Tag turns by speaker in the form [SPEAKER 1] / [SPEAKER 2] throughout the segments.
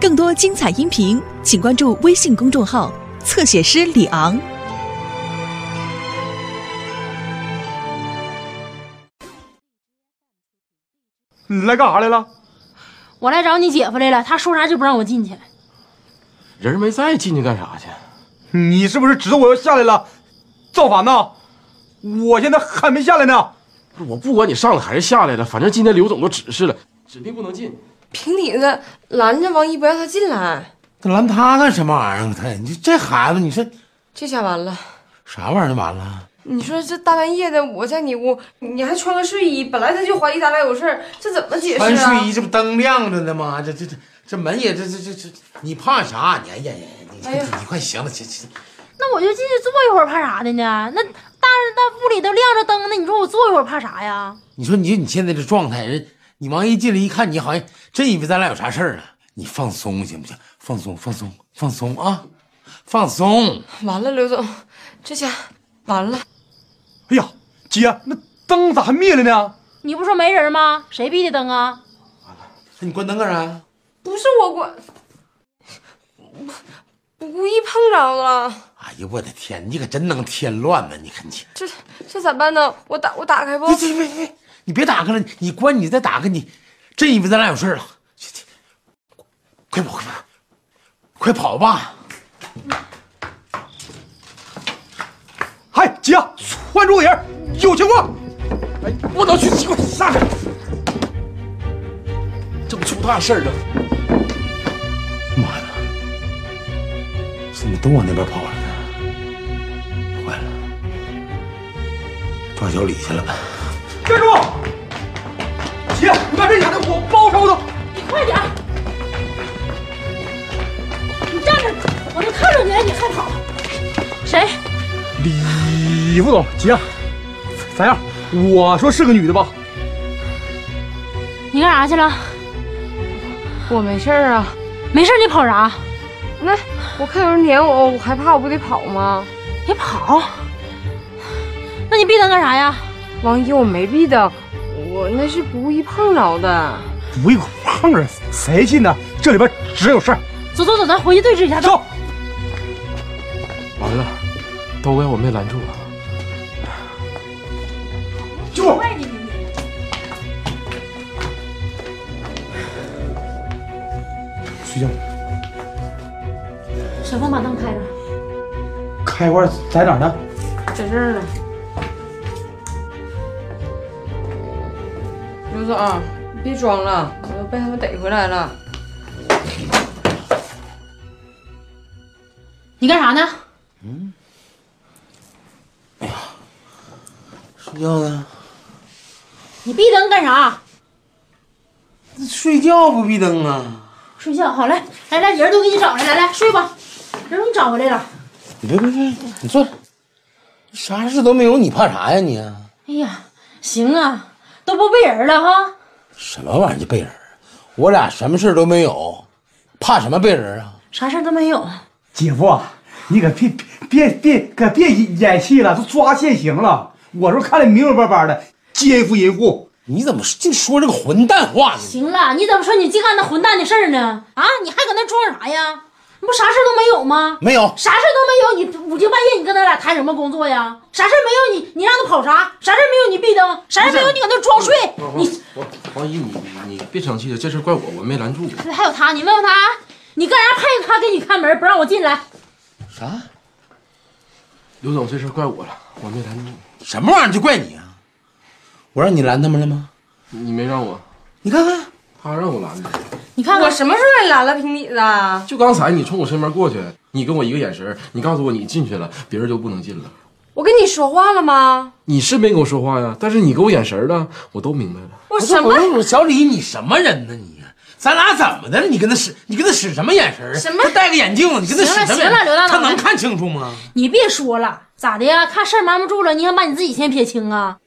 [SPEAKER 1] 更多精彩音频，请关注微信公众号“侧写师李昂”。
[SPEAKER 2] 你来干啥来了？
[SPEAKER 3] 我来找你姐夫来了，她说啥就不让我进去。
[SPEAKER 4] 人没在，进去干啥去？
[SPEAKER 2] 你是不是知道我要下来了，造反呢？我现在还没下来呢。
[SPEAKER 4] 不是我不管你上来还是下来了，反正今天刘总都指示了，指定不能进。
[SPEAKER 5] 平底子拦着王一不让他进来，
[SPEAKER 6] 他拦他干什么玩意儿？他你这孩子，你说
[SPEAKER 5] 这下完了。
[SPEAKER 6] 啥玩意儿就完了？
[SPEAKER 5] 你说这大半夜的，我在你屋，你还穿个睡衣，本来他就怀疑咱俩有事儿，这怎么解释
[SPEAKER 6] 穿睡
[SPEAKER 5] 啊
[SPEAKER 6] 衣？这不灯亮着呢吗？这这这这门也这这这这，你怕啥？你哎呀呀，你
[SPEAKER 5] 哎呀
[SPEAKER 6] 你快行了，行行，
[SPEAKER 3] 那我就进去坐一会儿，怕啥的呢？那大那屋里都亮着灯呢，你说我坐一会儿怕啥呀？
[SPEAKER 6] 你说你就你现在这状态，人你王一进来一看，你好像真以为咱俩有啥事儿呢。你放松行不行？放松放松放松啊，放松。
[SPEAKER 5] 完了，刘总，这下完了。
[SPEAKER 2] 哎呀，姐，那灯咋还灭了呢？
[SPEAKER 3] 你不说没人吗？谁闭的灯啊？
[SPEAKER 6] 那你关灯干啥？
[SPEAKER 5] 不是我关，我我故意碰着了，
[SPEAKER 6] 哎呀，我的天，你可真能添乱呢！你看你。
[SPEAKER 5] 这这咋办呢？我打我打开不？
[SPEAKER 6] 你这别别，你别打开了，你关你再打开你，真以为咱俩有事儿了？去去，快跑快跑，快跑吧！
[SPEAKER 2] 嗨，姐，穿住个人，有情况！
[SPEAKER 4] 我操！去，给我下去！这不出大事儿了？
[SPEAKER 6] 妈呀，怎么都往那边跑了呢？坏了，抓小李去了吧？
[SPEAKER 2] 站住！姐，你把这眼睛给我包抄的。
[SPEAKER 3] 你快点儿！你站着，我都看着你了，你还跑？谁？
[SPEAKER 2] 李副总，姐，咋样？我说是个女的吧？
[SPEAKER 3] 你干啥去了？
[SPEAKER 5] 我没事儿啊，
[SPEAKER 3] 没事，你跑啥？
[SPEAKER 5] 那我看有人撵我，我害怕，我不得跑吗？
[SPEAKER 3] 你跑？那你闭灯干啥呀？
[SPEAKER 5] 王一，我没闭的，我那是不故意碰着的。
[SPEAKER 2] 不一个碰着，谁信呢？这里边只有事儿。
[SPEAKER 3] 走走走，咱回去对峙一下。
[SPEAKER 2] 走。
[SPEAKER 4] 完了，都怪我没拦住啊！
[SPEAKER 2] 就睡觉。
[SPEAKER 3] 小峰把灯开着。
[SPEAKER 2] 开关在哪儿呢？
[SPEAKER 5] 在这儿呢。刘总，你别啊装了，我被他们逮回来了。
[SPEAKER 3] 你干啥呢？
[SPEAKER 6] 嗯哎睡觉呢？
[SPEAKER 3] 你闭灯干啥？
[SPEAKER 6] 睡觉不闭灯啊？
[SPEAKER 3] 睡觉好来，来来，人都给你找回来，来睡吧。人都给你找回来了。
[SPEAKER 6] 你别别别，你坐着，啥事都没有，你怕啥呀你、啊
[SPEAKER 3] 哎呀，行啊，都不背人了哈。
[SPEAKER 6] 什么玩意儿就背人儿？我俩什么事儿都没有，怕什么背人儿啊？
[SPEAKER 3] 啥事儿都没有。
[SPEAKER 2] 姐夫啊，你可别别别可别演戏了，都抓现行了。我说看的明明白白的，奸夫淫妇。
[SPEAKER 6] 你怎么净说这个混蛋话呢？
[SPEAKER 3] 行了，你怎么说你净干那混蛋的事儿呢？啊，你还搁那装啥呀？你不啥事儿都没有吗？
[SPEAKER 6] 没有，
[SPEAKER 3] 啥事儿都没有，你五更半夜你跟他俩谈什么工作呀？啥事儿没有你你让他跑啥？啥事儿没有你闭灯？啥事儿没有你搁那装睡？你
[SPEAKER 4] 我王姨，你你你别生气了，这事儿怪我，我没拦住。
[SPEAKER 3] 还有他，你问问他，啊你干啥派他给你看门不让我进来？
[SPEAKER 6] 啥？
[SPEAKER 4] 刘总，这事儿怪我了，我没拦住。
[SPEAKER 6] 什么玩意儿就怪你啊？我让你拦他们了吗？
[SPEAKER 4] 你没让我，
[SPEAKER 6] 你看看，
[SPEAKER 4] 他让我拦的。
[SPEAKER 3] 你看
[SPEAKER 5] 我
[SPEAKER 3] 看
[SPEAKER 5] 什么时候让你拦了平底子啊？
[SPEAKER 4] 就刚才你从我身边过去，你跟我一个眼神儿，你告诉我你进去了，别人就不能进了。
[SPEAKER 5] 我跟你说话了吗？
[SPEAKER 4] 你是没跟我说话呀，但是你给我眼神儿了，我都明白了。
[SPEAKER 5] 我什么
[SPEAKER 6] 我说我小李，你什么人呢你？咱俩怎么的了？你跟他使，你跟他使什么眼神儿啊？
[SPEAKER 5] 什么
[SPEAKER 6] 他戴个眼镜，你跟他使什么眼神儿？
[SPEAKER 3] 行了行了刘大脑
[SPEAKER 6] 他能看清楚吗？
[SPEAKER 3] 你别说了，咋的呀？看事儿瞒不住了，你想把你自己先撇清啊？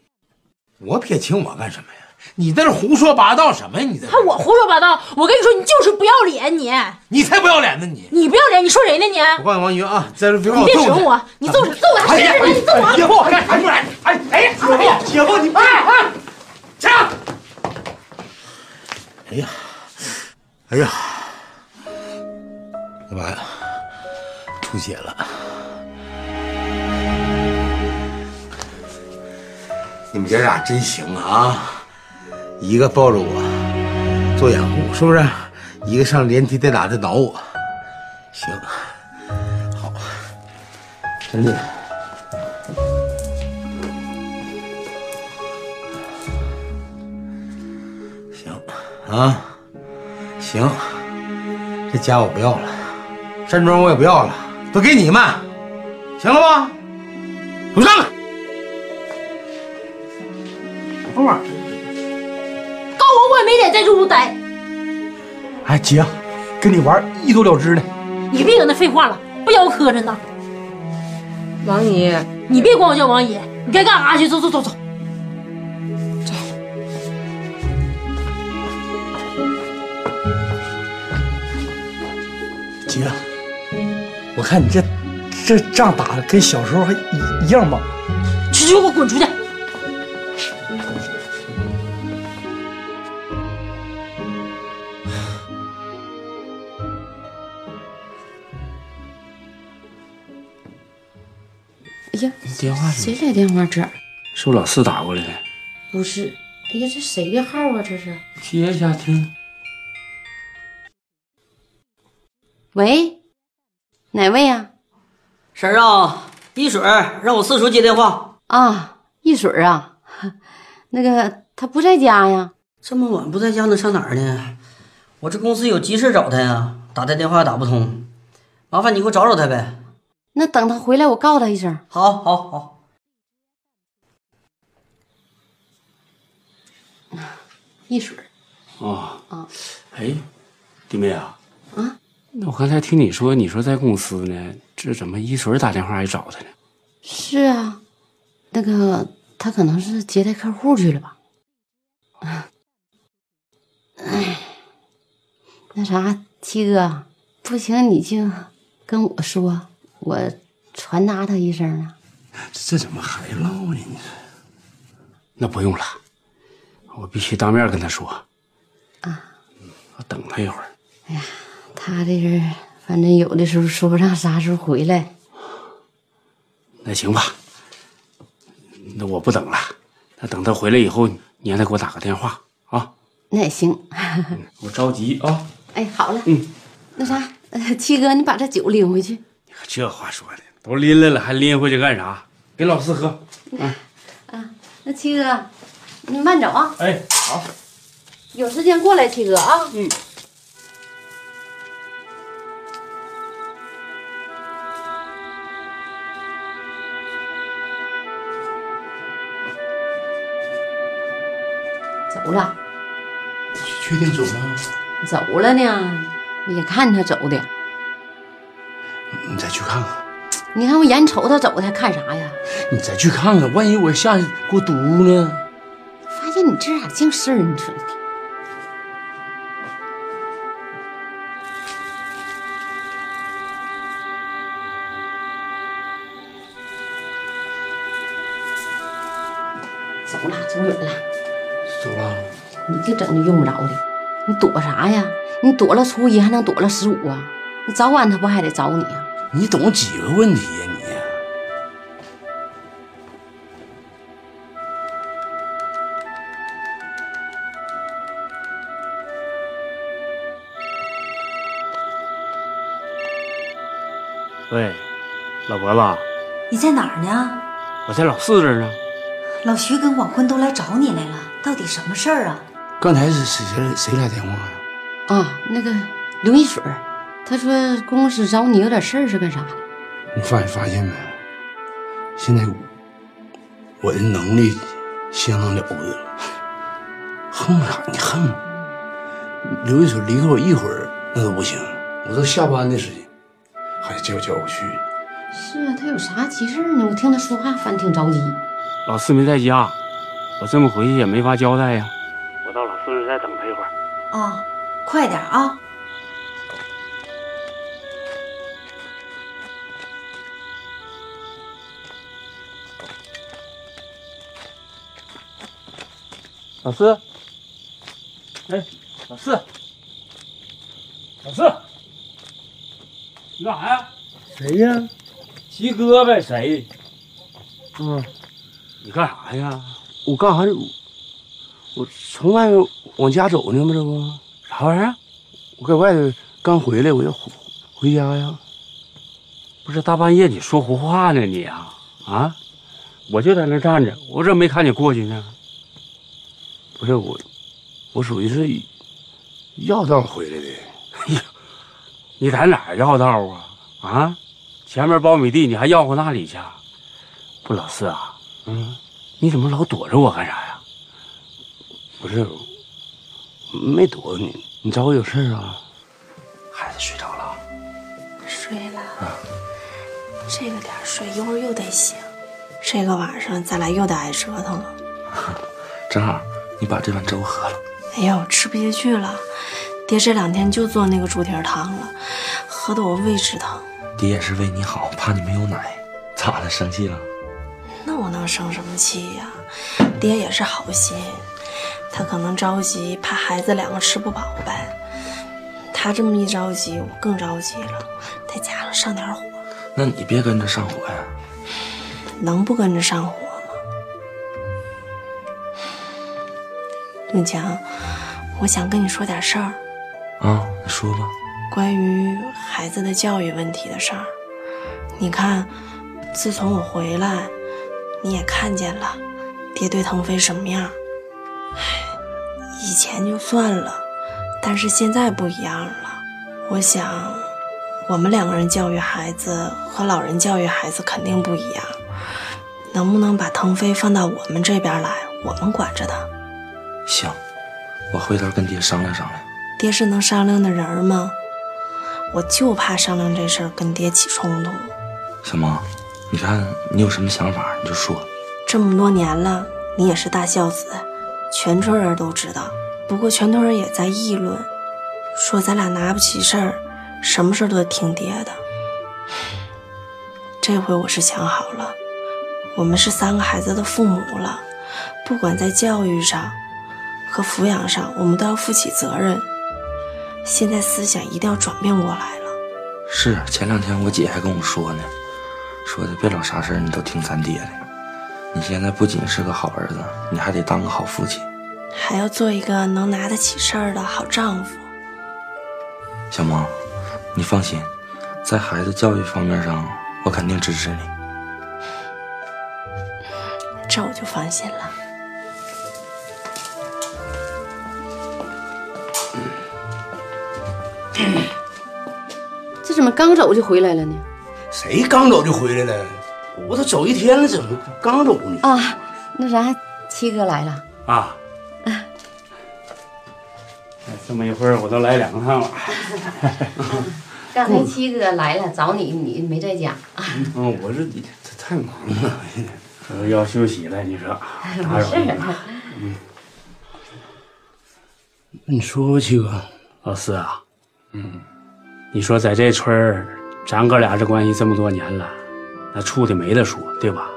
[SPEAKER 6] 我撇清我干什么呀？你在这胡说八道什么呀？你在这
[SPEAKER 3] 还我胡说八道！我跟你说，你就是不要脸，你
[SPEAKER 6] 你才不要脸呢你！
[SPEAKER 3] 你不要脸，你说谁呢你？
[SPEAKER 6] 我告诉王云啊，在这别
[SPEAKER 3] 你
[SPEAKER 6] 我
[SPEAKER 3] 别
[SPEAKER 6] 揍
[SPEAKER 3] 整
[SPEAKER 6] 你！
[SPEAKER 3] 我，你揍谁？揍他谁
[SPEAKER 6] 哎呀
[SPEAKER 3] 是你揍我！啊
[SPEAKER 2] 姐夫，
[SPEAKER 6] 干什么玩意儿？
[SPEAKER 2] 哎哎呀，姐夫，姐夫，你别
[SPEAKER 6] 哎呀，哎呀，
[SPEAKER 7] 他妈呀，出血了！你们姐俩真行啊，一个抱着我做掩护，是不是？一个上连踢带打的挠我，行，好，真的。行啊，行，这家我不要了，山庄我也不要了，都给你们，行了吧？给我上来！
[SPEAKER 8] 等会儿，
[SPEAKER 3] 告我我也没脸在这屋待，
[SPEAKER 8] 哎，姐，跟你玩一走了之的。
[SPEAKER 3] 你别搁那废话了，不让我磕碜呐！
[SPEAKER 5] 王姨，
[SPEAKER 3] 你别管我叫王爷，你该干啥去？走走走走。
[SPEAKER 9] 姐，我看你这这仗打的跟小时候还一一样猛。
[SPEAKER 3] 去去，给我滚出去！
[SPEAKER 10] 哎呀，
[SPEAKER 7] 电话
[SPEAKER 10] 谁来电话这儿？
[SPEAKER 9] 是不是老四打过来的？
[SPEAKER 10] 不是，哎呀，这谁的号啊？这是？
[SPEAKER 7] 接一下听。
[SPEAKER 10] 喂，哪位啊？
[SPEAKER 11] 婶儿啊，滴水儿让我四叔接电话，
[SPEAKER 10] 啊，一水儿啊， 那个他不在家呀？
[SPEAKER 11] 这么晚不在家能上哪儿呢？我这公司有急事找他呀，打他电话打不通，麻烦你给我找找他呗。
[SPEAKER 10] 那等他回来，我告诉他一声。
[SPEAKER 11] 好，好，好。
[SPEAKER 10] 一水儿，啊
[SPEAKER 9] 哦，
[SPEAKER 7] 哎，
[SPEAKER 9] 弟妹啊，啊，那我刚才听你说，你说在公司呢，这怎么一水儿打电话还找他呢？
[SPEAKER 10] 是啊，那个他可能是接待客户去了吧？啊哎，那啥，七哥，不行你就跟我说，我传达他一声啊。
[SPEAKER 7] 这怎么还唠呢？你
[SPEAKER 9] 那不用了，我必须当面跟他说。啊，我等他一会儿。
[SPEAKER 10] 他这人儿，反正有的时候说不上啥时候回来。
[SPEAKER 9] 那行吧，那我不等了，那等他回来以后，你让他给我打个电话啊，嗯
[SPEAKER 10] 那也行。
[SPEAKER 9] 我着急啊。
[SPEAKER 10] 哎，好了，嗯，那啥，呃七哥，你把这酒领回去。
[SPEAKER 9] 这话说的，都拎来了还拎回去干啥？给老四喝。
[SPEAKER 7] 啊
[SPEAKER 10] 啊那七哥，你慢走啊，
[SPEAKER 9] 哎，
[SPEAKER 10] 有时间过来，七哥啊。嗯。走了，
[SPEAKER 7] 确定走吗？
[SPEAKER 10] 走了呢，也看他走的。
[SPEAKER 7] 你再去看看，
[SPEAKER 10] 你看我眼瞅他走，他看啥呀？
[SPEAKER 7] 你再去看看，万一我下去给我堵呢？
[SPEAKER 10] 发现你这咋净事儿？你说。走了，走远了，
[SPEAKER 7] 走了。
[SPEAKER 10] 你这整就用不着的。你躲啥呀？你躲了初一还能躲了十五啊？你早晚他不还得找你啊？
[SPEAKER 7] 你懂几个问题啊哎呀、你？
[SPEAKER 9] 喂，老伯子，
[SPEAKER 7] 啊
[SPEAKER 12] 你在哪儿呢？
[SPEAKER 9] 我在老四这儿呢。
[SPEAKER 12] 老徐跟广坤都来找你来了，到底什么事儿啊？
[SPEAKER 7] 刚才是谁谁谁来电话呀、
[SPEAKER 10] 啊，那个刘一水儿，他说公司找你有点事儿是干啥的？
[SPEAKER 7] 你发没发现没？现在我的能力相当了不得了，横不啥？你恨我？刘一水离开我一会儿那都不行，我都下班的时间，还叫叫我去。
[SPEAKER 10] 是啊，他有啥急事儿呢？我听他说话，反正挺着急。
[SPEAKER 9] 老四没在家，我这么回去也没法交代呀。我到老四这再等他一会儿。
[SPEAKER 12] 啊，快点啊！
[SPEAKER 9] 老四，哎，老四，老四，
[SPEAKER 13] 你干啥呀？
[SPEAKER 7] 谁呀？
[SPEAKER 13] 鸡哥呗，谁？
[SPEAKER 7] 嗯，你干啥呀？我干啥？我从外面往家走呢吗？这不啥玩意儿？我搁外头刚回来，我要回回家呀。
[SPEAKER 9] 不是大半夜你说胡话呢你啊啊！我就在那站着，我怎么没看你过去呢？
[SPEAKER 7] 不是我，我属于是绕道回来的。
[SPEAKER 9] 哎你在哪儿绕道啊？啊，前面苞米地你还绕过那里去啊？不，老四啊，嗯，你怎么老躲着我干啥呀？
[SPEAKER 7] 不是，没躲你，你找我有事儿啊？
[SPEAKER 14] 孩子睡着了？嗯睡了。这个点儿睡，一会儿又得醒。这个晚上咱俩又得挨折腾了。
[SPEAKER 15] 正好你把这碗粥喝了。
[SPEAKER 14] 哎呦，吃不下去了。爹这两天就做那个猪蹄儿汤了，喝得我胃直疼。
[SPEAKER 15] 爹也是为你好，怕你没有奶。咋了？生气了？
[SPEAKER 14] 那我能生什么气呀、爹也是好心，他可能着急，怕孩子两个吃不饱呗。他这么一着急，我更着急了，再加上上点火，
[SPEAKER 15] 那你别跟着上火呀。
[SPEAKER 14] 能不跟着上火吗？永强，我想跟你说点事儿，
[SPEAKER 15] 啊，你说吧。
[SPEAKER 14] 关于孩子的教育问题的事儿。你看，自从我回来，你也看见了，爹对腾飞什么样儿。唉，以前就算了，但是现在不一样了。我想，我们两个人教育孩子和老人教育孩子肯定不一样。能不能把腾飞放到我们这边来，我们管着他？
[SPEAKER 15] 行，我回头跟爹商量商量。
[SPEAKER 14] 爹是能商量的人儿吗？我就怕商量这事儿跟爹起冲突。
[SPEAKER 15] 小毛，你看你有什么想法你就说。
[SPEAKER 14] 这么多年了，你也是大孝子，全村人都知道。不过全村人也在议论，说咱俩拿不起事儿，什么事儿都得听爹的。这回我是想好了，我们是三个孩子的父母了，不管在教育上和抚养上，我们都要负起责任。现在思想一定要转变过来。
[SPEAKER 15] 是，前两天我姐还跟我说呢，说的别老啥事儿你都听咱爹的。你现在不仅是个好儿子，你还得当个好父亲。
[SPEAKER 14] 还要做一个能拿得起事儿的好丈夫。
[SPEAKER 15] 小毛，你放心，在孩子教育方面上，我肯定支持你。
[SPEAKER 14] 这我就放心了。
[SPEAKER 10] 这怎么刚走就回来了呢？
[SPEAKER 7] 谁刚走就回来了？我都走一天了，怎么刚走呢？
[SPEAKER 10] 啊，那啥，七哥来了，
[SPEAKER 9] 啊，哎这么一会儿我都来两趟了。
[SPEAKER 10] 刚才七哥来了找你，你没在家。
[SPEAKER 9] 嗯，我这这太忙了，我都要休息了，你说打扰你了。
[SPEAKER 7] 那你说吧，七哥，
[SPEAKER 9] 老四啊，嗯，你说在这村儿，咱哥俩这关系这么多年了，那处的没得说，对吧？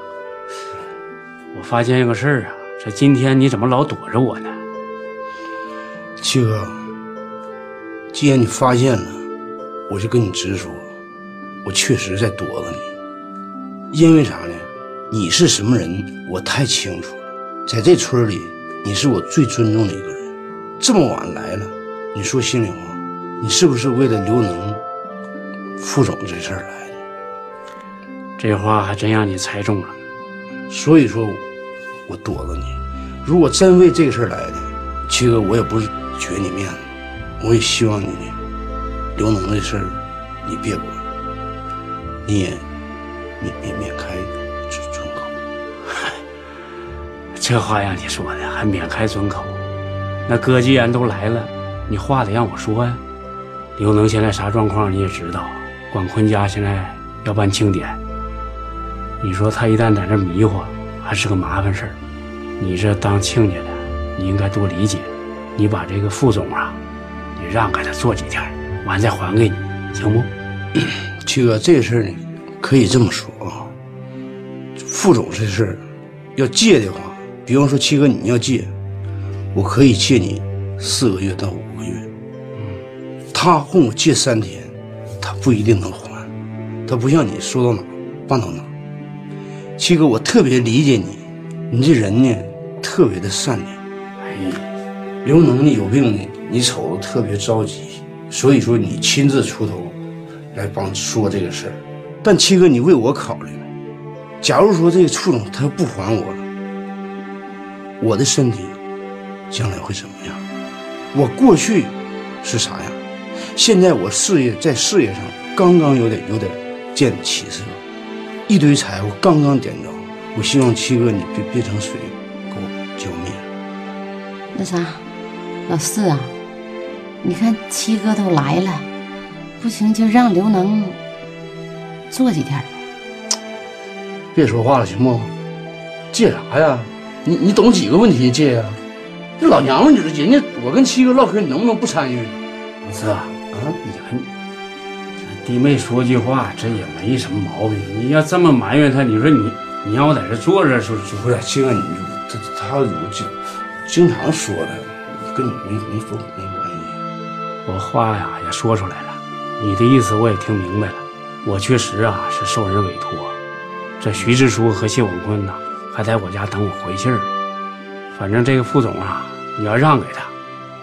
[SPEAKER 9] 我发现一个事儿啊，这今天你怎么老躲着我呢？
[SPEAKER 7] 七哥，既然你发现了，我就跟你直说，我确实在躲着你。因为啥呢？你是什么人，我太清楚了。在这村里，你是我最尊重的一个人。这么晚来了，你说心里话，你是不是为了刘能、副总这事儿来的？
[SPEAKER 9] 这话还真让你猜中了。
[SPEAKER 7] 所以说，我躲着你。如果真为这个事儿来的，七哥，我也不是绝你面子，我也希望你呢，刘能这事儿你别管，你也免免免开准准考。
[SPEAKER 9] 这话让你说的还免开尊口。那哥既然都来了，你话得让我说呀、啊刘能现在啥状况你也知道，广坤家现在要办庆典，你说他一旦在这迷糊，还是个麻烦事儿。你这当亲家的，你应该多理解，你把这个副总啊，你让给他做几天，完再还给你，行不？
[SPEAKER 7] 七哥，这事儿呢，可以这么说啊，副总这事儿要借的话，比方说七哥你要借，我可以借你四个月到五个月，他跟我借三天，他不一定能还。他不像你说到哪儿办到哪儿。七哥，我特别理解你，你这人呢特别的善良。哎，刘能呢有病呢，你瞅着特别着急，所以说你亲自出头来帮说这个事儿。但七哥，你为我考虑了，假如说这个处长他不还我了，我的身体将来会怎么样？我过去是啥样？现在我事业在事业上刚刚有点有点见起色，一堆柴火刚刚点着。我希望七哥你别别成水，给我浇灭。
[SPEAKER 10] 那啥，老四啊，你看七哥都来了，不行就让刘能做几天。
[SPEAKER 7] 别说话了，行不？借啥呀？你你懂几个问题借呀？这老娘们儿，人家我跟七哥唠嗑，你能不能不参与？
[SPEAKER 9] 老四啊，你看，弟妹说句话，这也没什么毛病。你要这么埋怨她，你说你你让我在这坐着说说，
[SPEAKER 7] 不是七哥，你就他他我经经常说的，跟你没没说没关系。
[SPEAKER 9] 我话呀也说出来了，你的意思我也听明白了。我确实啊是受人委托，这徐支书和谢广坤呐、还在我家等我回信儿呢。反正这个副总啊，你要让给他，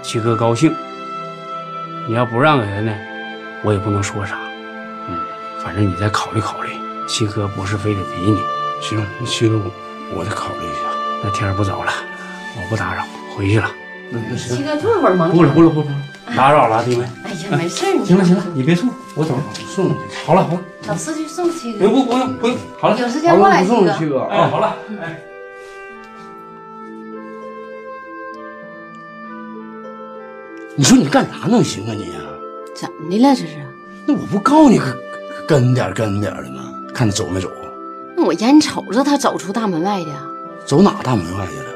[SPEAKER 9] 七哥高兴；你要不让给他呢，我也不能说啥。嗯，反正你再考虑考虑，七哥不是非得逼你。
[SPEAKER 7] 行，七哥我我再考虑一下。
[SPEAKER 9] 那天儿不早了，我不打扰，回去了。
[SPEAKER 7] 那那行
[SPEAKER 10] 七哥这会儿忙
[SPEAKER 9] 不了不了不了，打扰了啊，弟妹。
[SPEAKER 10] 哎呀，没事儿，你
[SPEAKER 9] 行了行了，你别送，我等会儿送你。好了好了，
[SPEAKER 10] 老四去送七
[SPEAKER 9] 不
[SPEAKER 10] 哥。
[SPEAKER 9] 哎用不用不用，好了，
[SPEAKER 10] 有时间过来
[SPEAKER 9] 好了不送了
[SPEAKER 10] 七
[SPEAKER 9] 七
[SPEAKER 10] 哥
[SPEAKER 9] 哥。哎，好了，
[SPEAKER 3] 嗯
[SPEAKER 9] 哎。
[SPEAKER 7] 你说你干啥能行啊你呀、
[SPEAKER 10] 怎么的了这是？
[SPEAKER 7] 那我不告诉你个跟点儿跟点儿的吗？看你走没走？啊
[SPEAKER 10] 那我眼瞅着他走出大门外的，
[SPEAKER 7] 走哪大门外去了？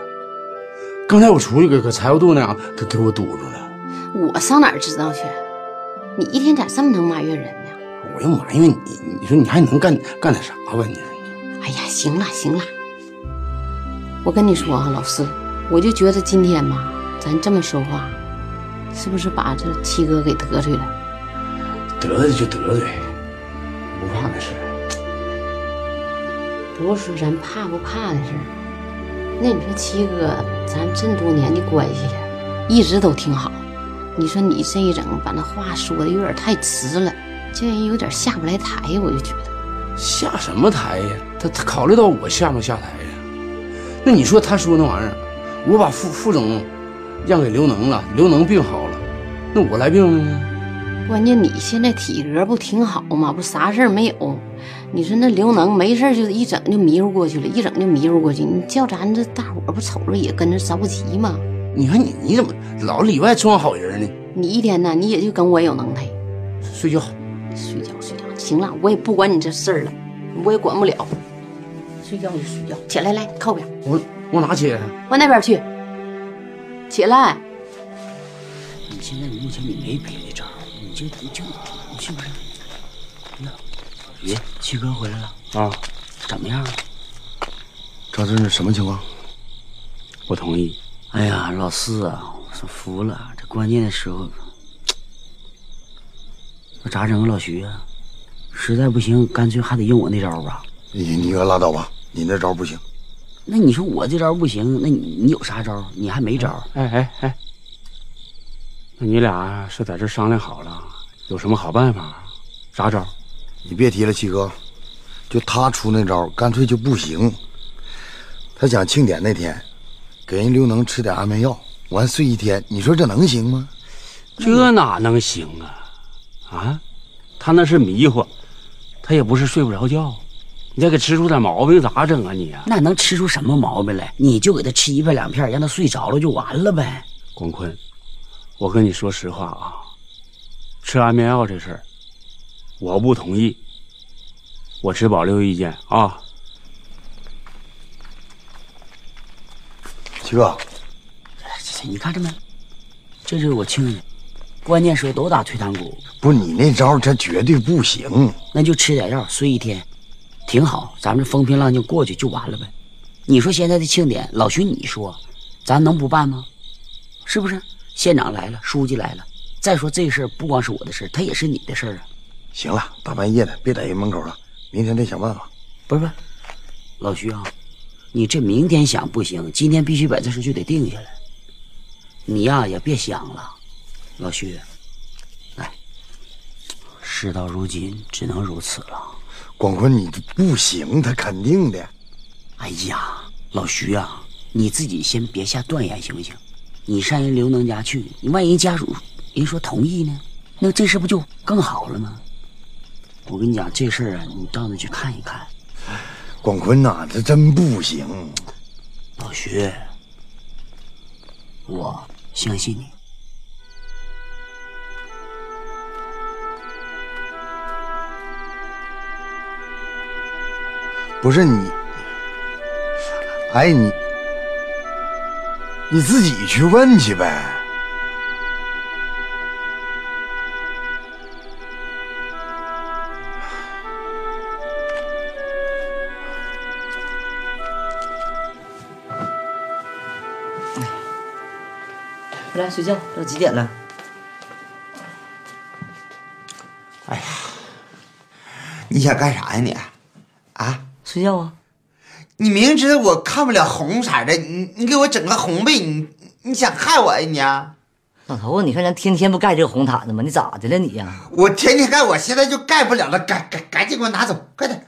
[SPEAKER 7] 刚才我出去搁搁柴火垛那样，给给我堵住了。
[SPEAKER 10] 我上哪儿知道去？你一天咋这么能埋怨人呢？
[SPEAKER 7] 我又埋怨你，你说你还能干干点啥吧你？
[SPEAKER 10] 哎呀，行了行了，我跟你说啊，老四，我就觉得今天吧，咱这么说话，是不是把这七哥给得罪了？
[SPEAKER 7] 得罪就得罪，不怕那事儿。
[SPEAKER 10] 不是说咱怕不怕的事儿，那你说七哥，咱这么多年的关系了，一直都挺好。你说你这一整，把那话说的有点太直了，这人有点下不来台，我就觉得。
[SPEAKER 7] 下什么台呀？他他考虑到我下没下台呀？那你说他说那玩意儿，我把副副总让给刘能了，刘能病好了，那我来病了呢？
[SPEAKER 10] 关键你现在体格不挺好吗？不啥事儿没有。你说那刘能没事儿就一整就迷糊过去了，一整就迷糊过去。你叫咱这大伙儿不瞅着也跟着着急吗？
[SPEAKER 7] 你看你你怎么老里外装好人呢？
[SPEAKER 10] 你一天呢，你也就跟我有能耐。
[SPEAKER 7] 睡觉，
[SPEAKER 10] 睡觉，睡觉。行了，我也不管你这事儿了，我也管不了。睡觉就睡觉，起来来靠边，
[SPEAKER 7] 我我哪去？啊
[SPEAKER 10] 往那边去。起来，
[SPEAKER 16] 你现在目前你没别的招儿，你就你就你是不是？那咦，七哥回来了，
[SPEAKER 15] 啊，
[SPEAKER 16] 怎么样啊？
[SPEAKER 15] 赵志什么情况？
[SPEAKER 16] 不同意。哎呀，老四啊，我是服了，这关键的时候，那咋整啊，老徐啊？实在不行，干脆还得用我那招儿吧。
[SPEAKER 17] 你
[SPEAKER 15] 嗯
[SPEAKER 17] 你可拉倒吧，你那招不行。
[SPEAKER 16] 那你说我这招儿不行，那你你有啥招儿？你还没招儿。
[SPEAKER 9] 哎哎哎，那你俩是在这商量好了，有什么好办法？啥招？
[SPEAKER 17] 你别提了，七哥，就他出那招，干脆就不行。他想庆典那天，给人刘能吃点安眠药，完睡一天，你说这能行吗？
[SPEAKER 9] 这哪能行啊？啊，他那是迷糊，他也不是睡不着觉，你再给吃出点毛病咋整啊你啊？
[SPEAKER 16] 那能吃出什么毛病来？你就给他吃一片两片，让他睡着了就完了呗。
[SPEAKER 9] 广坤，我跟你说实话啊，吃安眠药这事儿，我不同意，我持保留意见啊。
[SPEAKER 17] 七哥，
[SPEAKER 16] 哎这这你看着没？这就是我亲的，关键时候都打退堂鼓。
[SPEAKER 17] 不是你那招，这绝对不行。
[SPEAKER 16] 那就吃点药，睡一天，挺好。咱们这风平浪静过去就完了呗。你说现在的庆典，老徐你说，咱能不办吗？是不是？县长来了，书记来了。再说这事儿不光是我的事儿，他也是你的事儿啊。
[SPEAKER 18] 行了，大半夜的，别在人门口了，明天再想办法。
[SPEAKER 16] 不是不是，老徐啊，你这明天想不行，今天必须把这事就得定下来。你呀、也别想了，老徐，哎，事到如今只能如此了。
[SPEAKER 18] 广坤，你这不行，他肯定的。
[SPEAKER 16] 哎呀，老徐呀、你自己先别下断言行不行？你上人刘能家去，你万一人家属人说同意呢，那这事不就更好了吗？我跟你讲这事儿啊，你到那去看一看。
[SPEAKER 18] 广坤呐、这真不行。
[SPEAKER 16] 老徐，我相信你。
[SPEAKER 18] 不是你，哎你，你自己去问去呗。
[SPEAKER 4] 来睡觉，都几点了？
[SPEAKER 19] 你想干啥呀你？啊？
[SPEAKER 4] 睡觉啊？
[SPEAKER 19] 你明知道我看不了红色的，你你给我整个红被，你你想害我呀你啊？
[SPEAKER 4] 老头啊，你看咱天天不盖这个红毯子吗？你咋的了你呀、
[SPEAKER 19] 我天天盖，我现在就盖不了了，赶赶赶紧给我拿走，快点！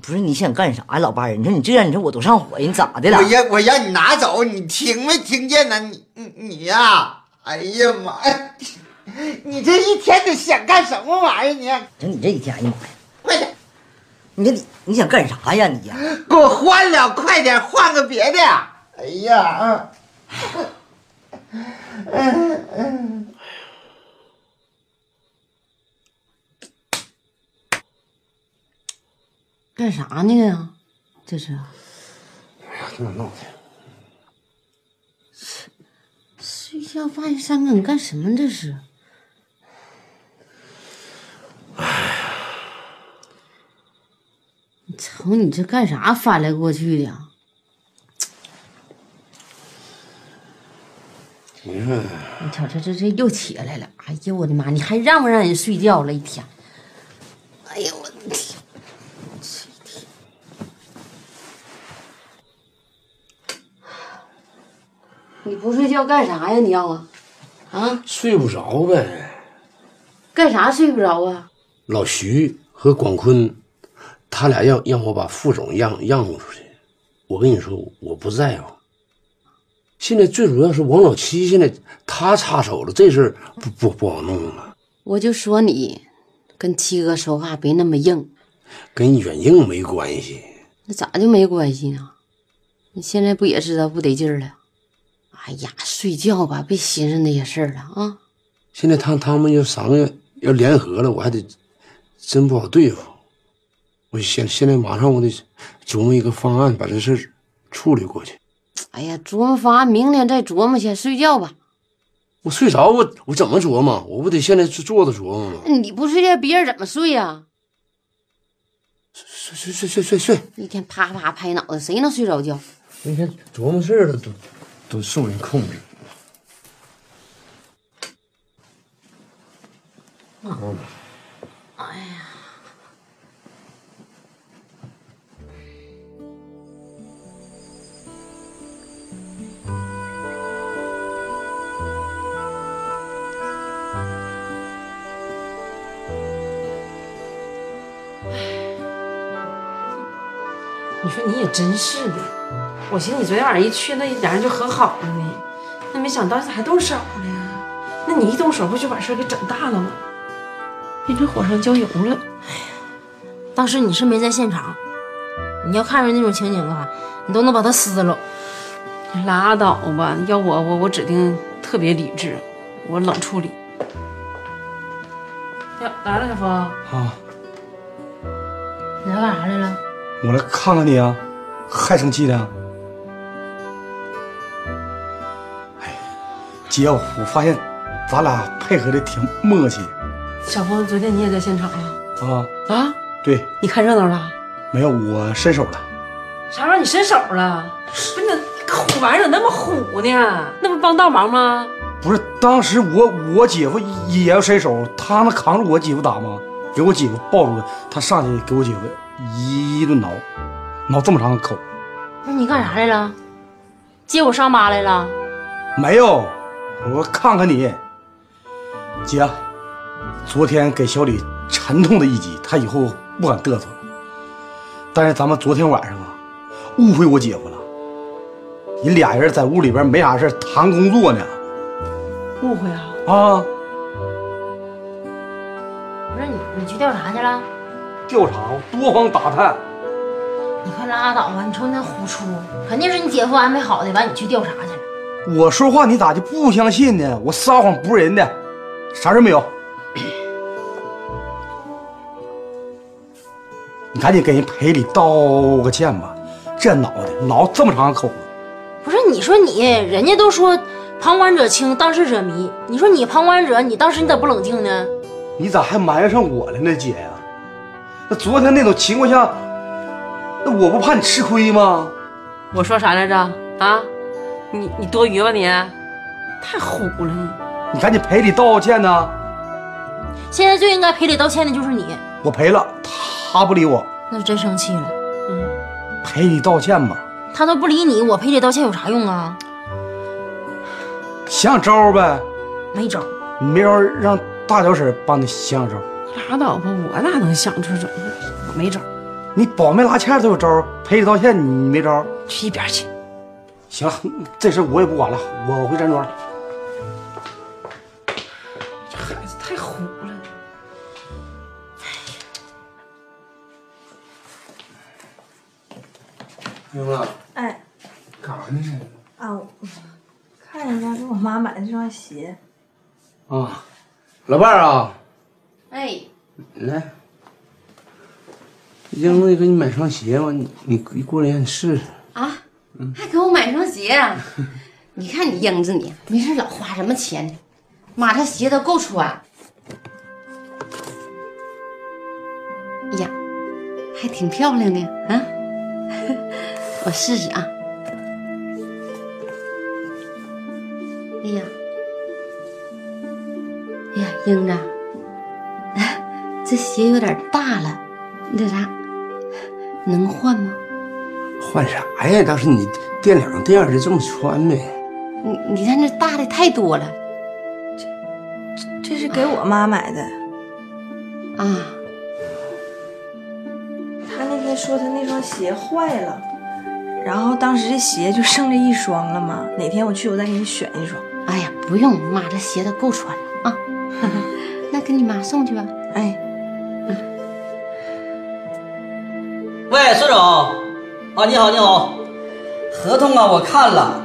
[SPEAKER 4] 不是你想干啥呀，老伴儿？你说你这样，你说我多上火呀？你咋的了？
[SPEAKER 19] 我让我让你拿走，你听没听见呢？你你你呀、哎呀妈呀！你这一天得想干什么玩意儿？啊
[SPEAKER 4] 你说你这一天，哎呀妈呀！快点！你说你你想干啥呀你呀、啊
[SPEAKER 19] 你给我换了，快点换个别的！哎呀，嗯。嗯嗯，
[SPEAKER 4] 干啥呢呀？这是
[SPEAKER 7] 那弄
[SPEAKER 4] 睡觉半夜三更，你干什么这是？你瞅你这干啥翻来过去的？
[SPEAKER 7] 没事，
[SPEAKER 4] 你瞅这这这又起来了！哎呦我的妈！你还让不让人睡觉了？一天，哎呦我的天！你不睡觉干啥呀？你要啊？啊？
[SPEAKER 7] 睡不着呗。
[SPEAKER 4] 干啥睡不着啊？
[SPEAKER 7] 老徐和广坤，他俩要让我把副总让让出去。我跟你说，我不在乎。现在最主要是王老七现在他插手了，这事儿不不不好弄了，
[SPEAKER 10] 我就说你跟七哥说话别那么硬，
[SPEAKER 7] 跟远硬没
[SPEAKER 9] 哎
[SPEAKER 7] 关系。
[SPEAKER 10] 那咋就没关系呢？你现在不也知道不得劲儿了？哎呀，睡觉吧，别寻思那些事儿了啊！
[SPEAKER 7] 现在他他们要三个要联合了，我还得真不好对付。我现现在马上我得琢磨一个方案，把这事儿处理过去。
[SPEAKER 10] 哎呀，琢磨方案明天再琢磨去，睡觉吧。
[SPEAKER 7] 我睡着我我怎么琢磨？我不得现在坐坐着琢磨吗？
[SPEAKER 10] 你不睡觉，别人怎么啊睡呀、
[SPEAKER 7] 睡睡睡睡睡睡，
[SPEAKER 10] 一天啪啪拍脑袋，谁能睡着觉？
[SPEAKER 7] 那天琢磨事儿了都都受人控制。嗯
[SPEAKER 20] 哎你说你也真是的，我寻思你昨天晚上一去，那俩人就和好了呢，那没想到咋还动手呢？那你一动手，不就把事儿给整大了吗？变成火上浇油了。
[SPEAKER 3] 当时你是没在现场，你要看着那种情景啊，你都能把他撕了。
[SPEAKER 20] 拉倒吧，啊要我我我指定特别理智，我冷处理。呀，来了，小峰，
[SPEAKER 2] 啊，
[SPEAKER 3] 你来干啥来了？
[SPEAKER 2] 我来看看你啊，还生气呢？哎，姐，我发现咱俩配合的挺默契
[SPEAKER 20] 小峰，昨天你也在现场呀？
[SPEAKER 2] 啊。
[SPEAKER 20] 啊，
[SPEAKER 2] 对，
[SPEAKER 20] 你看热闹了？
[SPEAKER 2] 没有，我伸手了。
[SPEAKER 20] 啥玩意儿？你伸手了？不是你咋虎玩意儿怎么那么虎呢？那不帮倒忙吗？
[SPEAKER 2] 不是，当时我我姐夫也要伸手，他能扛住我姐夫打吗？给我姐夫抱住了，他上去给我姐夫一一顿挠，挠这么长的口。
[SPEAKER 3] 那你干啥来了？接我上妈来了？
[SPEAKER 2] 没有，我看看你，姐，啊昨天给小李沉痛的一击，他以后不敢嘚瑟了。但是咱们昨天晚上啊，误会我姐夫了，你俩人在屋里边没啥事儿谈工作呢
[SPEAKER 20] 误会啊！
[SPEAKER 2] 啊，
[SPEAKER 3] 不是你，你去调查去了？
[SPEAKER 2] 调查多方打探。
[SPEAKER 3] 你快拉倒吧！你瞅你那胡出，肯定是你姐夫安排好的，完你去调查去了。
[SPEAKER 2] 我说话你咋就不相信呢？我撒谎不是人的，啥事儿没有。你赶紧给人赔礼道个歉吧，这脑袋挠这么长口子，
[SPEAKER 3] 不是你说你，人家都说旁观者清，当事者迷。你说你旁观者，你当时你咋不冷静呢？
[SPEAKER 2] 你咋还埋怨上我了呢，姐呀、那昨天那种情况下，那我不怕你吃亏吗？
[SPEAKER 20] 我说啥来着？啊，你你多余吧你？太虎了你！
[SPEAKER 2] 你赶紧赔礼道个歉呐、
[SPEAKER 3] 现在最应该赔礼道歉的就是你，
[SPEAKER 2] 我赔了，他不理我，
[SPEAKER 3] 那是真生气了。
[SPEAKER 2] 赔礼道歉吧，
[SPEAKER 3] 他都不理你，我赔礼道歉有啥用啊？
[SPEAKER 2] 想想招儿呗。
[SPEAKER 3] 没招。
[SPEAKER 2] 你没招让大脚婶帮你想想招儿，
[SPEAKER 20] 拉倒吧，我哪能想出这种事儿？我没招儿，
[SPEAKER 2] 你保媒拉纤都有招儿，赔礼道歉你没招儿，
[SPEAKER 20] 去一边去。
[SPEAKER 2] 行了，这事儿我也不管了，我回站庄。
[SPEAKER 20] 太虎了。
[SPEAKER 7] 英子，
[SPEAKER 21] 哎，
[SPEAKER 7] 干啥呢？
[SPEAKER 21] 啊，我看人家给我妈买的这双鞋，
[SPEAKER 2] 啊，老伴儿啊，
[SPEAKER 10] 哎，
[SPEAKER 7] 来，英子给你买双鞋吧，你你你过来你试试。
[SPEAKER 10] 啊，还给我买双鞋啊、你看你英子你，没事老花什么钱？妈，这鞋都够穿。哎呀，还挺漂亮的啊！ 我试试啊。哎呀，哎呀，英子啊，这鞋有点大了，那啥，能换吗？
[SPEAKER 7] 换啥呀？当时你垫两垫就这么穿呗。
[SPEAKER 10] 你你看这大的太多了。
[SPEAKER 21] 这是给我妈买的。
[SPEAKER 10] 啊，
[SPEAKER 21] 她那天说她那双鞋坏了，然后当时这鞋就剩这一双了嘛。哪天我去，我再给你选一双。
[SPEAKER 10] 哎呀，不用，妈，这鞋都够穿了啊。 那给你妈送去吧。
[SPEAKER 21] 哎，
[SPEAKER 11] 喂，孙总，啊，你好，你好，合同啊，我看了，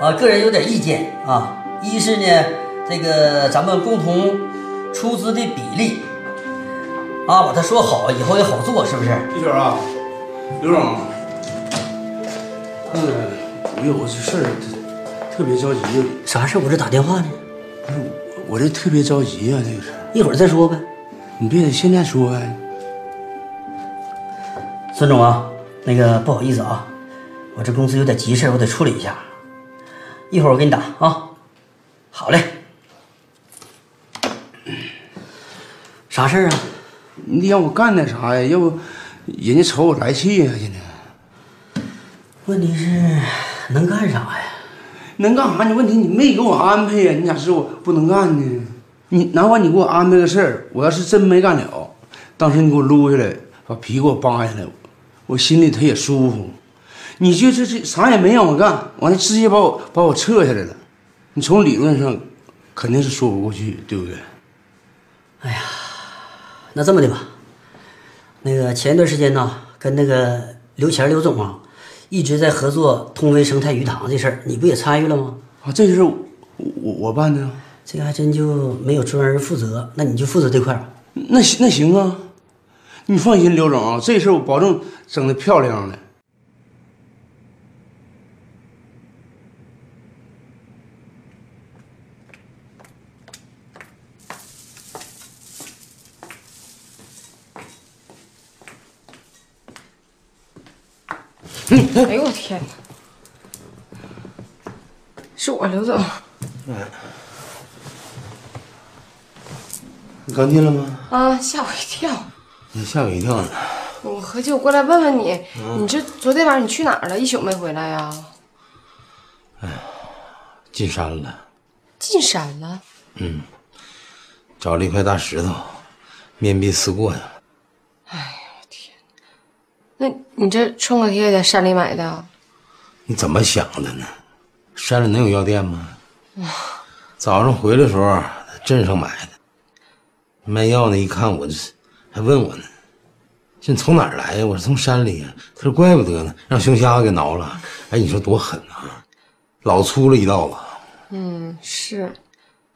[SPEAKER 11] 啊，个人有点意见啊。一是呢，这个咱们共同出资的比例，啊，把它说好，以后也好做，是不是？
[SPEAKER 7] 一雪啊，刘总，嗯，我有个事儿特别着急，啊
[SPEAKER 11] 啥事儿？我这打电话呢，
[SPEAKER 7] 我这特别着急啊，这个事儿
[SPEAKER 11] 一会儿再说呗。
[SPEAKER 7] 你别现在说呗。
[SPEAKER 11] 孙总啊，那个不好意思啊，我这公司有点急事儿，我得处理一下，一会儿我给你打啊。好嘞。啥事儿啊？
[SPEAKER 7] 你得让我干点啥呀？要不人家瞅我来气呀、现在。
[SPEAKER 11] 问题是能干啥呀？
[SPEAKER 7] 能干啥？你问题你没给我安排呀？你咋知道我不能干呢？你哪管你给我安排个事儿，我要是真没干了，当时你给我撸下来，把皮给我扒下来，我心里他也舒服。你就这这啥也没让我干，完了直接把我把我撤下来了。你从理论上肯定是说不过去，对不对？
[SPEAKER 11] 那这么的吧，那个前一段时间呢，跟那个刘钱刘总啊，一直在合作通威生态鱼塘这事儿，你不也参与了吗？
[SPEAKER 7] 啊，这事我我我办的。
[SPEAKER 11] 这个还真就没有专人负责，那你就负责这块儿。
[SPEAKER 7] 那行那行啊，你放心，刘总啊，这事儿我保证整的漂亮的。
[SPEAKER 5] 嗯
[SPEAKER 20] 哎呦我天哪！是我刘总，
[SPEAKER 6] 嗯你刚进来吗？
[SPEAKER 5] 啊，吓我一跳！
[SPEAKER 6] 你吓我一跳呢。
[SPEAKER 5] 我合计我过来问问你，
[SPEAKER 6] 嗯
[SPEAKER 5] 你这昨天晚上你去哪儿了？一宿没回来呀、
[SPEAKER 6] 进山了，
[SPEAKER 5] 进山了？
[SPEAKER 6] 嗯，找了一块大石头，面壁思过呀。
[SPEAKER 5] 那你这创可贴在山里买的啊？
[SPEAKER 6] 你怎么想的呢？山里能有药店吗？早上回来的时候，在镇上买的。卖药那一看我，这还问我呢，这你从哪儿来呀？我是从山里呀。他说怪不得呢，让熊瞎子给挠了。哎，你说多狠啊！老粗了一道子。
[SPEAKER 5] 嗯，是。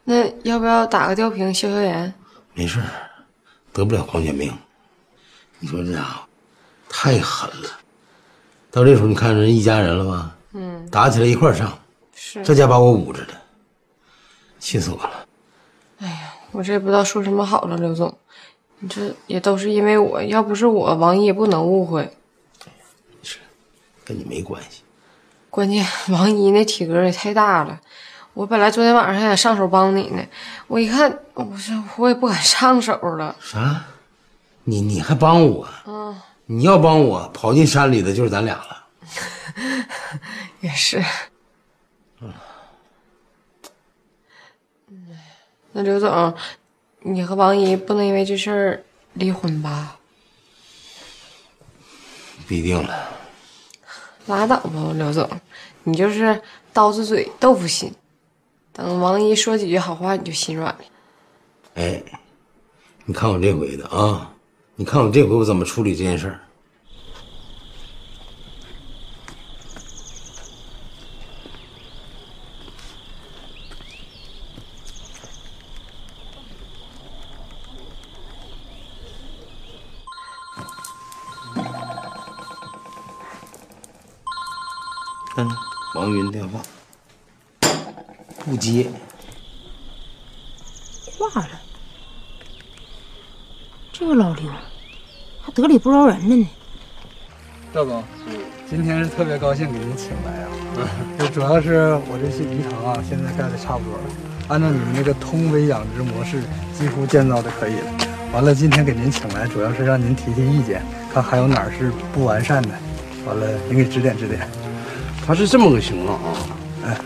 [SPEAKER 5] 那要不要打个吊瓶消消炎？
[SPEAKER 6] 没事儿得不了狂犬病。你说这家伙太狠了。到这时候，你看人一家人了吧？
[SPEAKER 5] 嗯，
[SPEAKER 6] 打起来一块儿上，
[SPEAKER 5] 是。
[SPEAKER 6] 这家把我捂着的，气死我了。
[SPEAKER 5] 我这也不知道说什么好了，刘总，你这也都是因为我，要不是我，王姨也不能误会。
[SPEAKER 6] 跟你没关系。
[SPEAKER 5] 关键王姨那体格也太大了，我本来昨天晚上还想上手帮你呢，我一看，我这我也不敢上手了。
[SPEAKER 6] 啥？啊你你还帮我？
[SPEAKER 5] 嗯，
[SPEAKER 6] 你要帮我，跑进山里的就是咱俩了。
[SPEAKER 5] 也是。
[SPEAKER 6] 嗯
[SPEAKER 5] 那刘总，你和王姨不能因为这事儿离婚吧？
[SPEAKER 6] 必定了。
[SPEAKER 5] 拉倒吧，刘总，你就是刀子嘴豆腐心，等王姨说几句好话，你就心软了。
[SPEAKER 6] 哎，你看我这回的啊，你看我这回我怎么处理这件事儿？嗯，王云电话不接。
[SPEAKER 22] 挂了。这个老刘还得理不饶人了呢。
[SPEAKER 23] 赵总，今天是特别高兴给您请来啊， 就主要是我这些鱼塘啊，现在盖的差不多了，按照你们那个通微养殖模式，几乎建造的可以了。完了，今天给您请来，主要是让您提提意见，看还有哪儿是不完善的，完了您给指点指点。
[SPEAKER 7] 他是这么个情况啊，哎，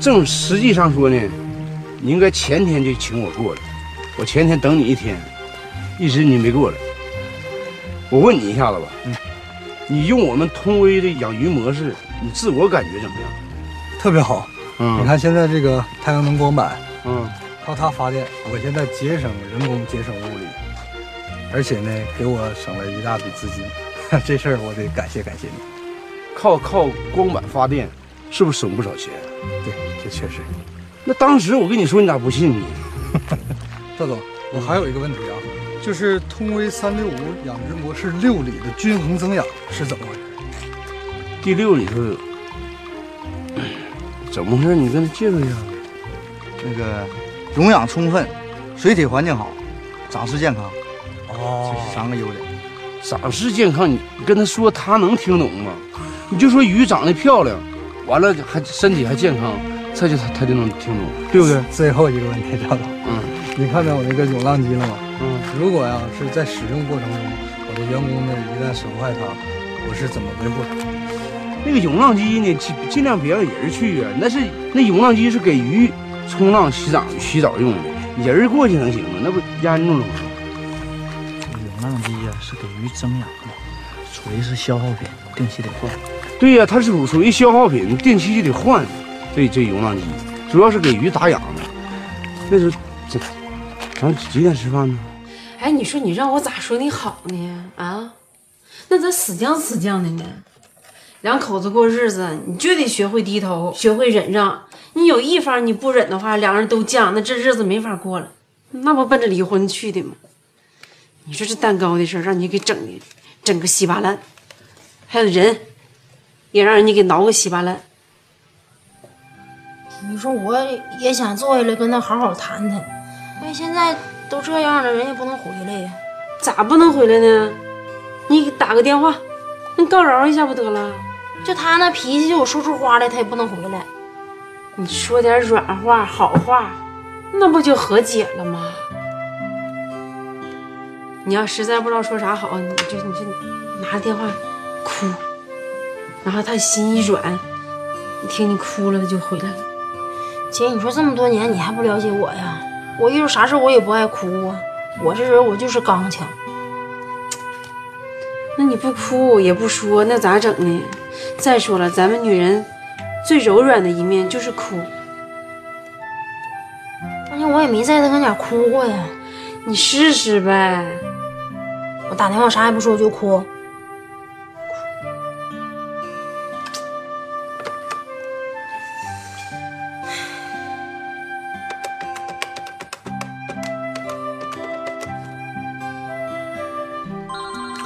[SPEAKER 7] 正实际上说呢，你应该前天就请我过来，我前天等你一天，一直你没过来。我问你一下子吧，
[SPEAKER 11] 嗯
[SPEAKER 7] 你用我们通威的养鱼模式，你自我感觉怎么样？
[SPEAKER 23] 特别好。
[SPEAKER 7] 嗯
[SPEAKER 23] 你看现在这个太阳能光板，
[SPEAKER 7] 嗯，
[SPEAKER 23] 靠它发电，我现在节省人工，节省物力，而且呢，给我 省了一大笔资金，这事儿我得感谢感谢你。
[SPEAKER 7] 靠靠光板发电，是不是省不少钱？
[SPEAKER 23] 对，这确实。
[SPEAKER 7] 那当时我跟你说，你咋不信呢？
[SPEAKER 23] 赵总，
[SPEAKER 7] 嗯
[SPEAKER 23] 我还有一个问题啊，就是通威三六五养殖模式六里的均衡增养是怎么回事？
[SPEAKER 7] 第六里头怎么回事？你跟他介绍一下。
[SPEAKER 24] 那个溶氧充分，水体环境好，长势健康。
[SPEAKER 23] 哦，
[SPEAKER 24] 这是三个优点。
[SPEAKER 7] 长势健康，你跟他说他能听懂吗？你就说鱼长得漂亮，完了还身体还健康，这就他他就能听懂，对不对？
[SPEAKER 23] 最后一个问题，赵总，
[SPEAKER 7] 嗯，
[SPEAKER 23] 你看到我那个涌浪机了吗？
[SPEAKER 7] 嗯，
[SPEAKER 23] 如果呀是在使用过程中，我的员工呢一旦损坏它，我是怎么维护它？
[SPEAKER 7] 那个涌浪机呢，尽尽量别让人去啊。那是那涌浪机是给鱼冲浪、洗澡、洗澡用的，人儿过去能行吗？那不淹着了吗？
[SPEAKER 9] 涌浪机呀、是给鱼增氧的，属于是消耗品，定期得换。
[SPEAKER 7] 对呀、它是属属于消耗品，定期就得换。这这涌浪机主要是给鱼打氧的。那是这，咱几点吃饭呢？
[SPEAKER 5] 哎，你说你让我咋说你好呢？啊，那咱死犟死犟的呢。两口子过日子，你就得学会低头，学会忍让。你有一方你不忍的话，两人都犟，那这日子没法过了，那不奔着离婚去的吗？你说这蛋糕的事儿让你给整的，整个稀巴烂，还有人，也让人家给挠个稀巴烂。
[SPEAKER 3] 你说我也想坐下来跟他好好谈谈，但现在都这样了，人也不能回来呀。
[SPEAKER 5] 咋不能回来呢？你给打个电话，那告饶一下不得了？
[SPEAKER 3] 就他那脾气，就有说出花来，他也不能回来。
[SPEAKER 20] 你说点软话、好话，那不就和解了吗？你要实在不知道说啥好，你就你就拿着电话哭，然后他心一软，你听你哭了就回来了。
[SPEAKER 3] 姐，你说这么多年你还不了解我呀？我遇到啥事我也不爱哭啊，我这人我就是刚强。
[SPEAKER 20] 那你不哭也不说，那咋整呢？再说了，咱们女人最柔软的一面就是哭。
[SPEAKER 3] 而哎且我也没在他跟前哭过呀，
[SPEAKER 20] 你试试呗。
[SPEAKER 3] 我打电话啥也不说就哭，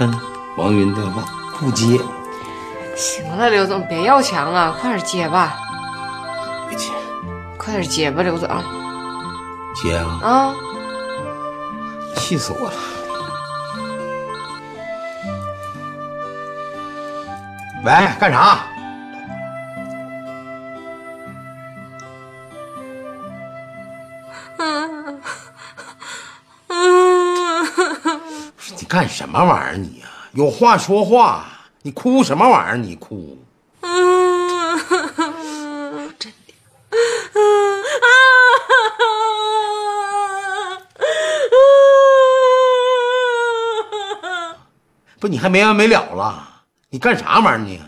[SPEAKER 6] 嗯，王云电话不接，
[SPEAKER 5] 行了，刘总，别要强了，快点接吧。
[SPEAKER 6] 别接，
[SPEAKER 5] 快点接吧，刘总。
[SPEAKER 6] 接啊！
[SPEAKER 5] 啊，
[SPEAKER 6] 气死我了！
[SPEAKER 18] 喂，干啥？
[SPEAKER 5] 嗯嗯，
[SPEAKER 6] 你干什么玩意儿你呀、有话说话，你哭什么玩意儿？你哭？不，你还没完没了了？你干啥玩意儿你？啊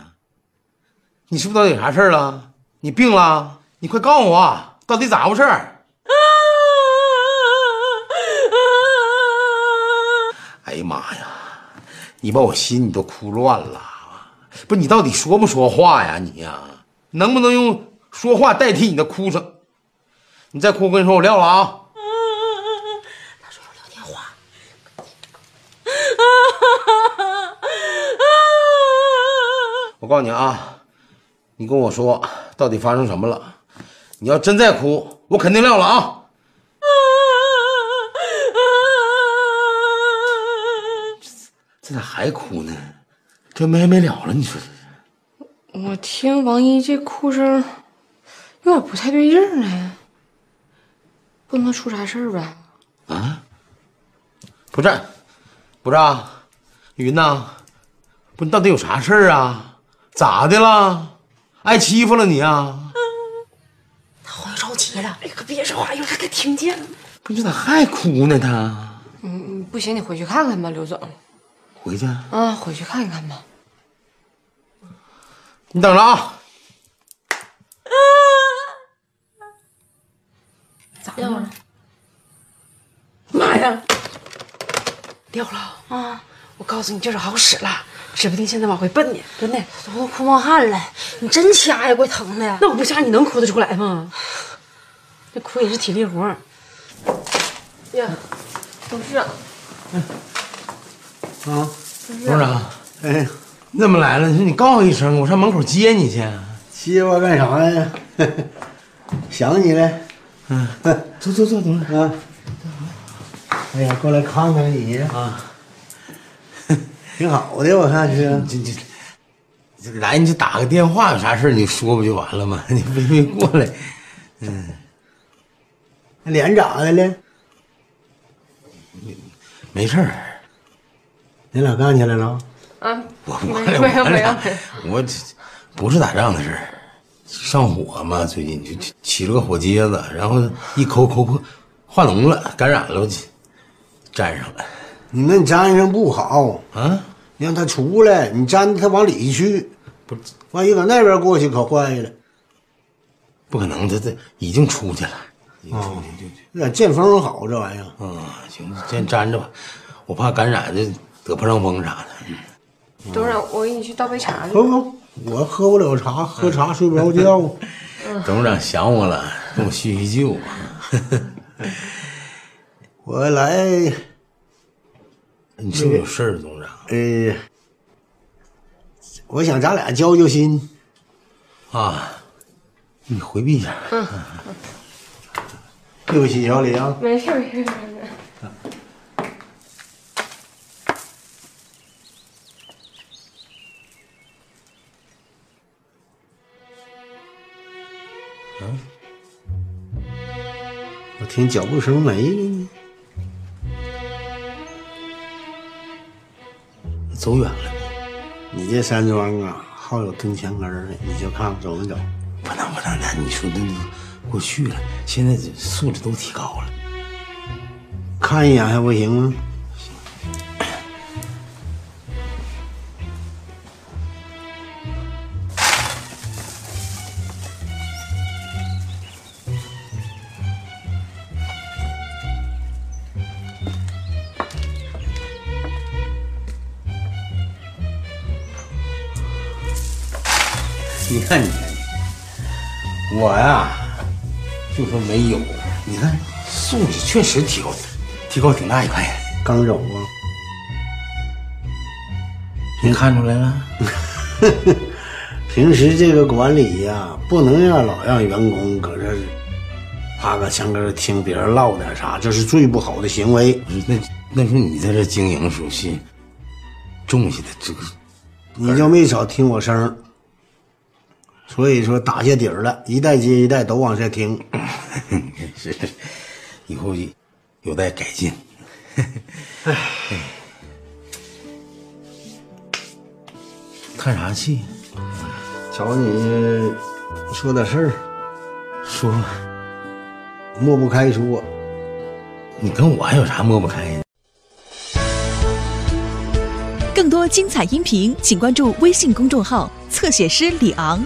[SPEAKER 6] 你是不是到底有啥事儿了？你病了？你快告诉我，到底咋回事儿？哎呀妈呀！你把我心你都哭乱了。不，你到底说不说话呀？你呀、能不能用说话代替你的哭声？你再哭，我跟你说，我撂了啊！我告诉你啊，你跟我说到底发生什么了？你要真再哭，我肯定撂了啊！这咋还哭呢？这没完没了了，你说这
[SPEAKER 5] 我听王一这哭声，有点不太对劲儿呢。不能出啥事儿呗？
[SPEAKER 6] 啊？不是，不是啊，云呐，不，你到底有啥事儿啊？咋的了？挨欺负了你啊？
[SPEAKER 3] 我又着急了。
[SPEAKER 20] 哎，可别说话，一会儿他听见了。
[SPEAKER 6] 不，你咋还哭呢？他
[SPEAKER 5] 嗯，不行，你回去看看吧，刘总。
[SPEAKER 6] 回去，
[SPEAKER 5] 啊，回去看一看吧。
[SPEAKER 6] 你等着啊！
[SPEAKER 3] 咋掉了？
[SPEAKER 20] 妈呀，掉了啊！我告诉你，这是好使了，指不定现在往回奔呢，真的。
[SPEAKER 3] 我都哭冒汗了，你真掐呀，给我疼的。
[SPEAKER 20] 那我不掐，你能哭得出来吗？这哭也是体力活儿。呀，董事长，
[SPEAKER 6] 啊，董
[SPEAKER 20] 董
[SPEAKER 6] 事
[SPEAKER 20] 事
[SPEAKER 6] 长
[SPEAKER 20] 长，
[SPEAKER 6] 哎，你怎么来了？你说你告诉一声，我上门口接你去。啊
[SPEAKER 18] 接我干啥呀？ 想你了。
[SPEAKER 6] 嗯，
[SPEAKER 18] 坐坐坐，董事长。哎呀，过来看看你啊，挺好的，我看是。
[SPEAKER 6] 这这这来你就打个电话，有啥事儿你说不就完了吗？ 你非非过来，嗯，
[SPEAKER 18] 脸咋的了？
[SPEAKER 6] 没事儿，
[SPEAKER 18] 你俩干起来了？
[SPEAKER 5] 啊，
[SPEAKER 6] 我
[SPEAKER 5] 没
[SPEAKER 6] 我
[SPEAKER 5] 没有
[SPEAKER 6] 我
[SPEAKER 5] 没有
[SPEAKER 6] 俩，我这不是打仗的事儿，上火嘛，最近就起起了个火疖子，然后一抠抠抠化脓了，感染了，粘上了。
[SPEAKER 18] 你那粘上不好
[SPEAKER 6] 啊！
[SPEAKER 18] 你让他出来，你粘他往里去，
[SPEAKER 6] 不是？
[SPEAKER 18] 万一搁那边过去可坏了。
[SPEAKER 6] 不可能，这这已经出去了。
[SPEAKER 18] 啊，有点见风好这玩意儿。
[SPEAKER 6] 嗯，行，先粘着吧，我怕感染这得破伤风啥的。嗯
[SPEAKER 5] 董事长，我给你去倒杯茶去。
[SPEAKER 18] 不不，我喝不了茶，喝茶睡不着觉。
[SPEAKER 5] 嗯
[SPEAKER 6] 董事长想我了，跟我叙叙旧。
[SPEAKER 18] 我来，
[SPEAKER 6] 你是不是有事儿，董事长？
[SPEAKER 18] 呃，我想咱俩交交心。
[SPEAKER 6] 啊，你回避一下。
[SPEAKER 5] 嗯，
[SPEAKER 18] 对不起，小李啊。
[SPEAKER 5] 没事儿没事儿没事儿。
[SPEAKER 6] 嗯，
[SPEAKER 18] 啊听脚步声没了呢？走远了。你这山庄啊，好有蹲墙根儿的，你就看走没走？
[SPEAKER 6] 不能不能的，你说的过去了，现在这素质都提高了。
[SPEAKER 18] 看一眼还不行吗？
[SPEAKER 6] 你看你看，我呀、就说没有。你看素质确实提高，提高挺大一块。
[SPEAKER 18] 刚走啊？
[SPEAKER 6] 您看出来了？
[SPEAKER 18] 平时这个管理呀、不能让老让员工搁这儿趴个墙根儿听别人唠点啥，这是最不好的行为。
[SPEAKER 6] 嗯那那是你在这经营时候是种下的这个
[SPEAKER 18] 你就没少听我声儿。所以说打下底儿了，一代接一代都往下听。
[SPEAKER 6] 嗯是，以后有待改进。
[SPEAKER 18] 叹啥气？找你说点事儿。说吧。抹不开说。
[SPEAKER 6] 你跟我还有啥抹不开的？
[SPEAKER 1] 更多精彩音频，请关注微信公众号“侧写师李昂”。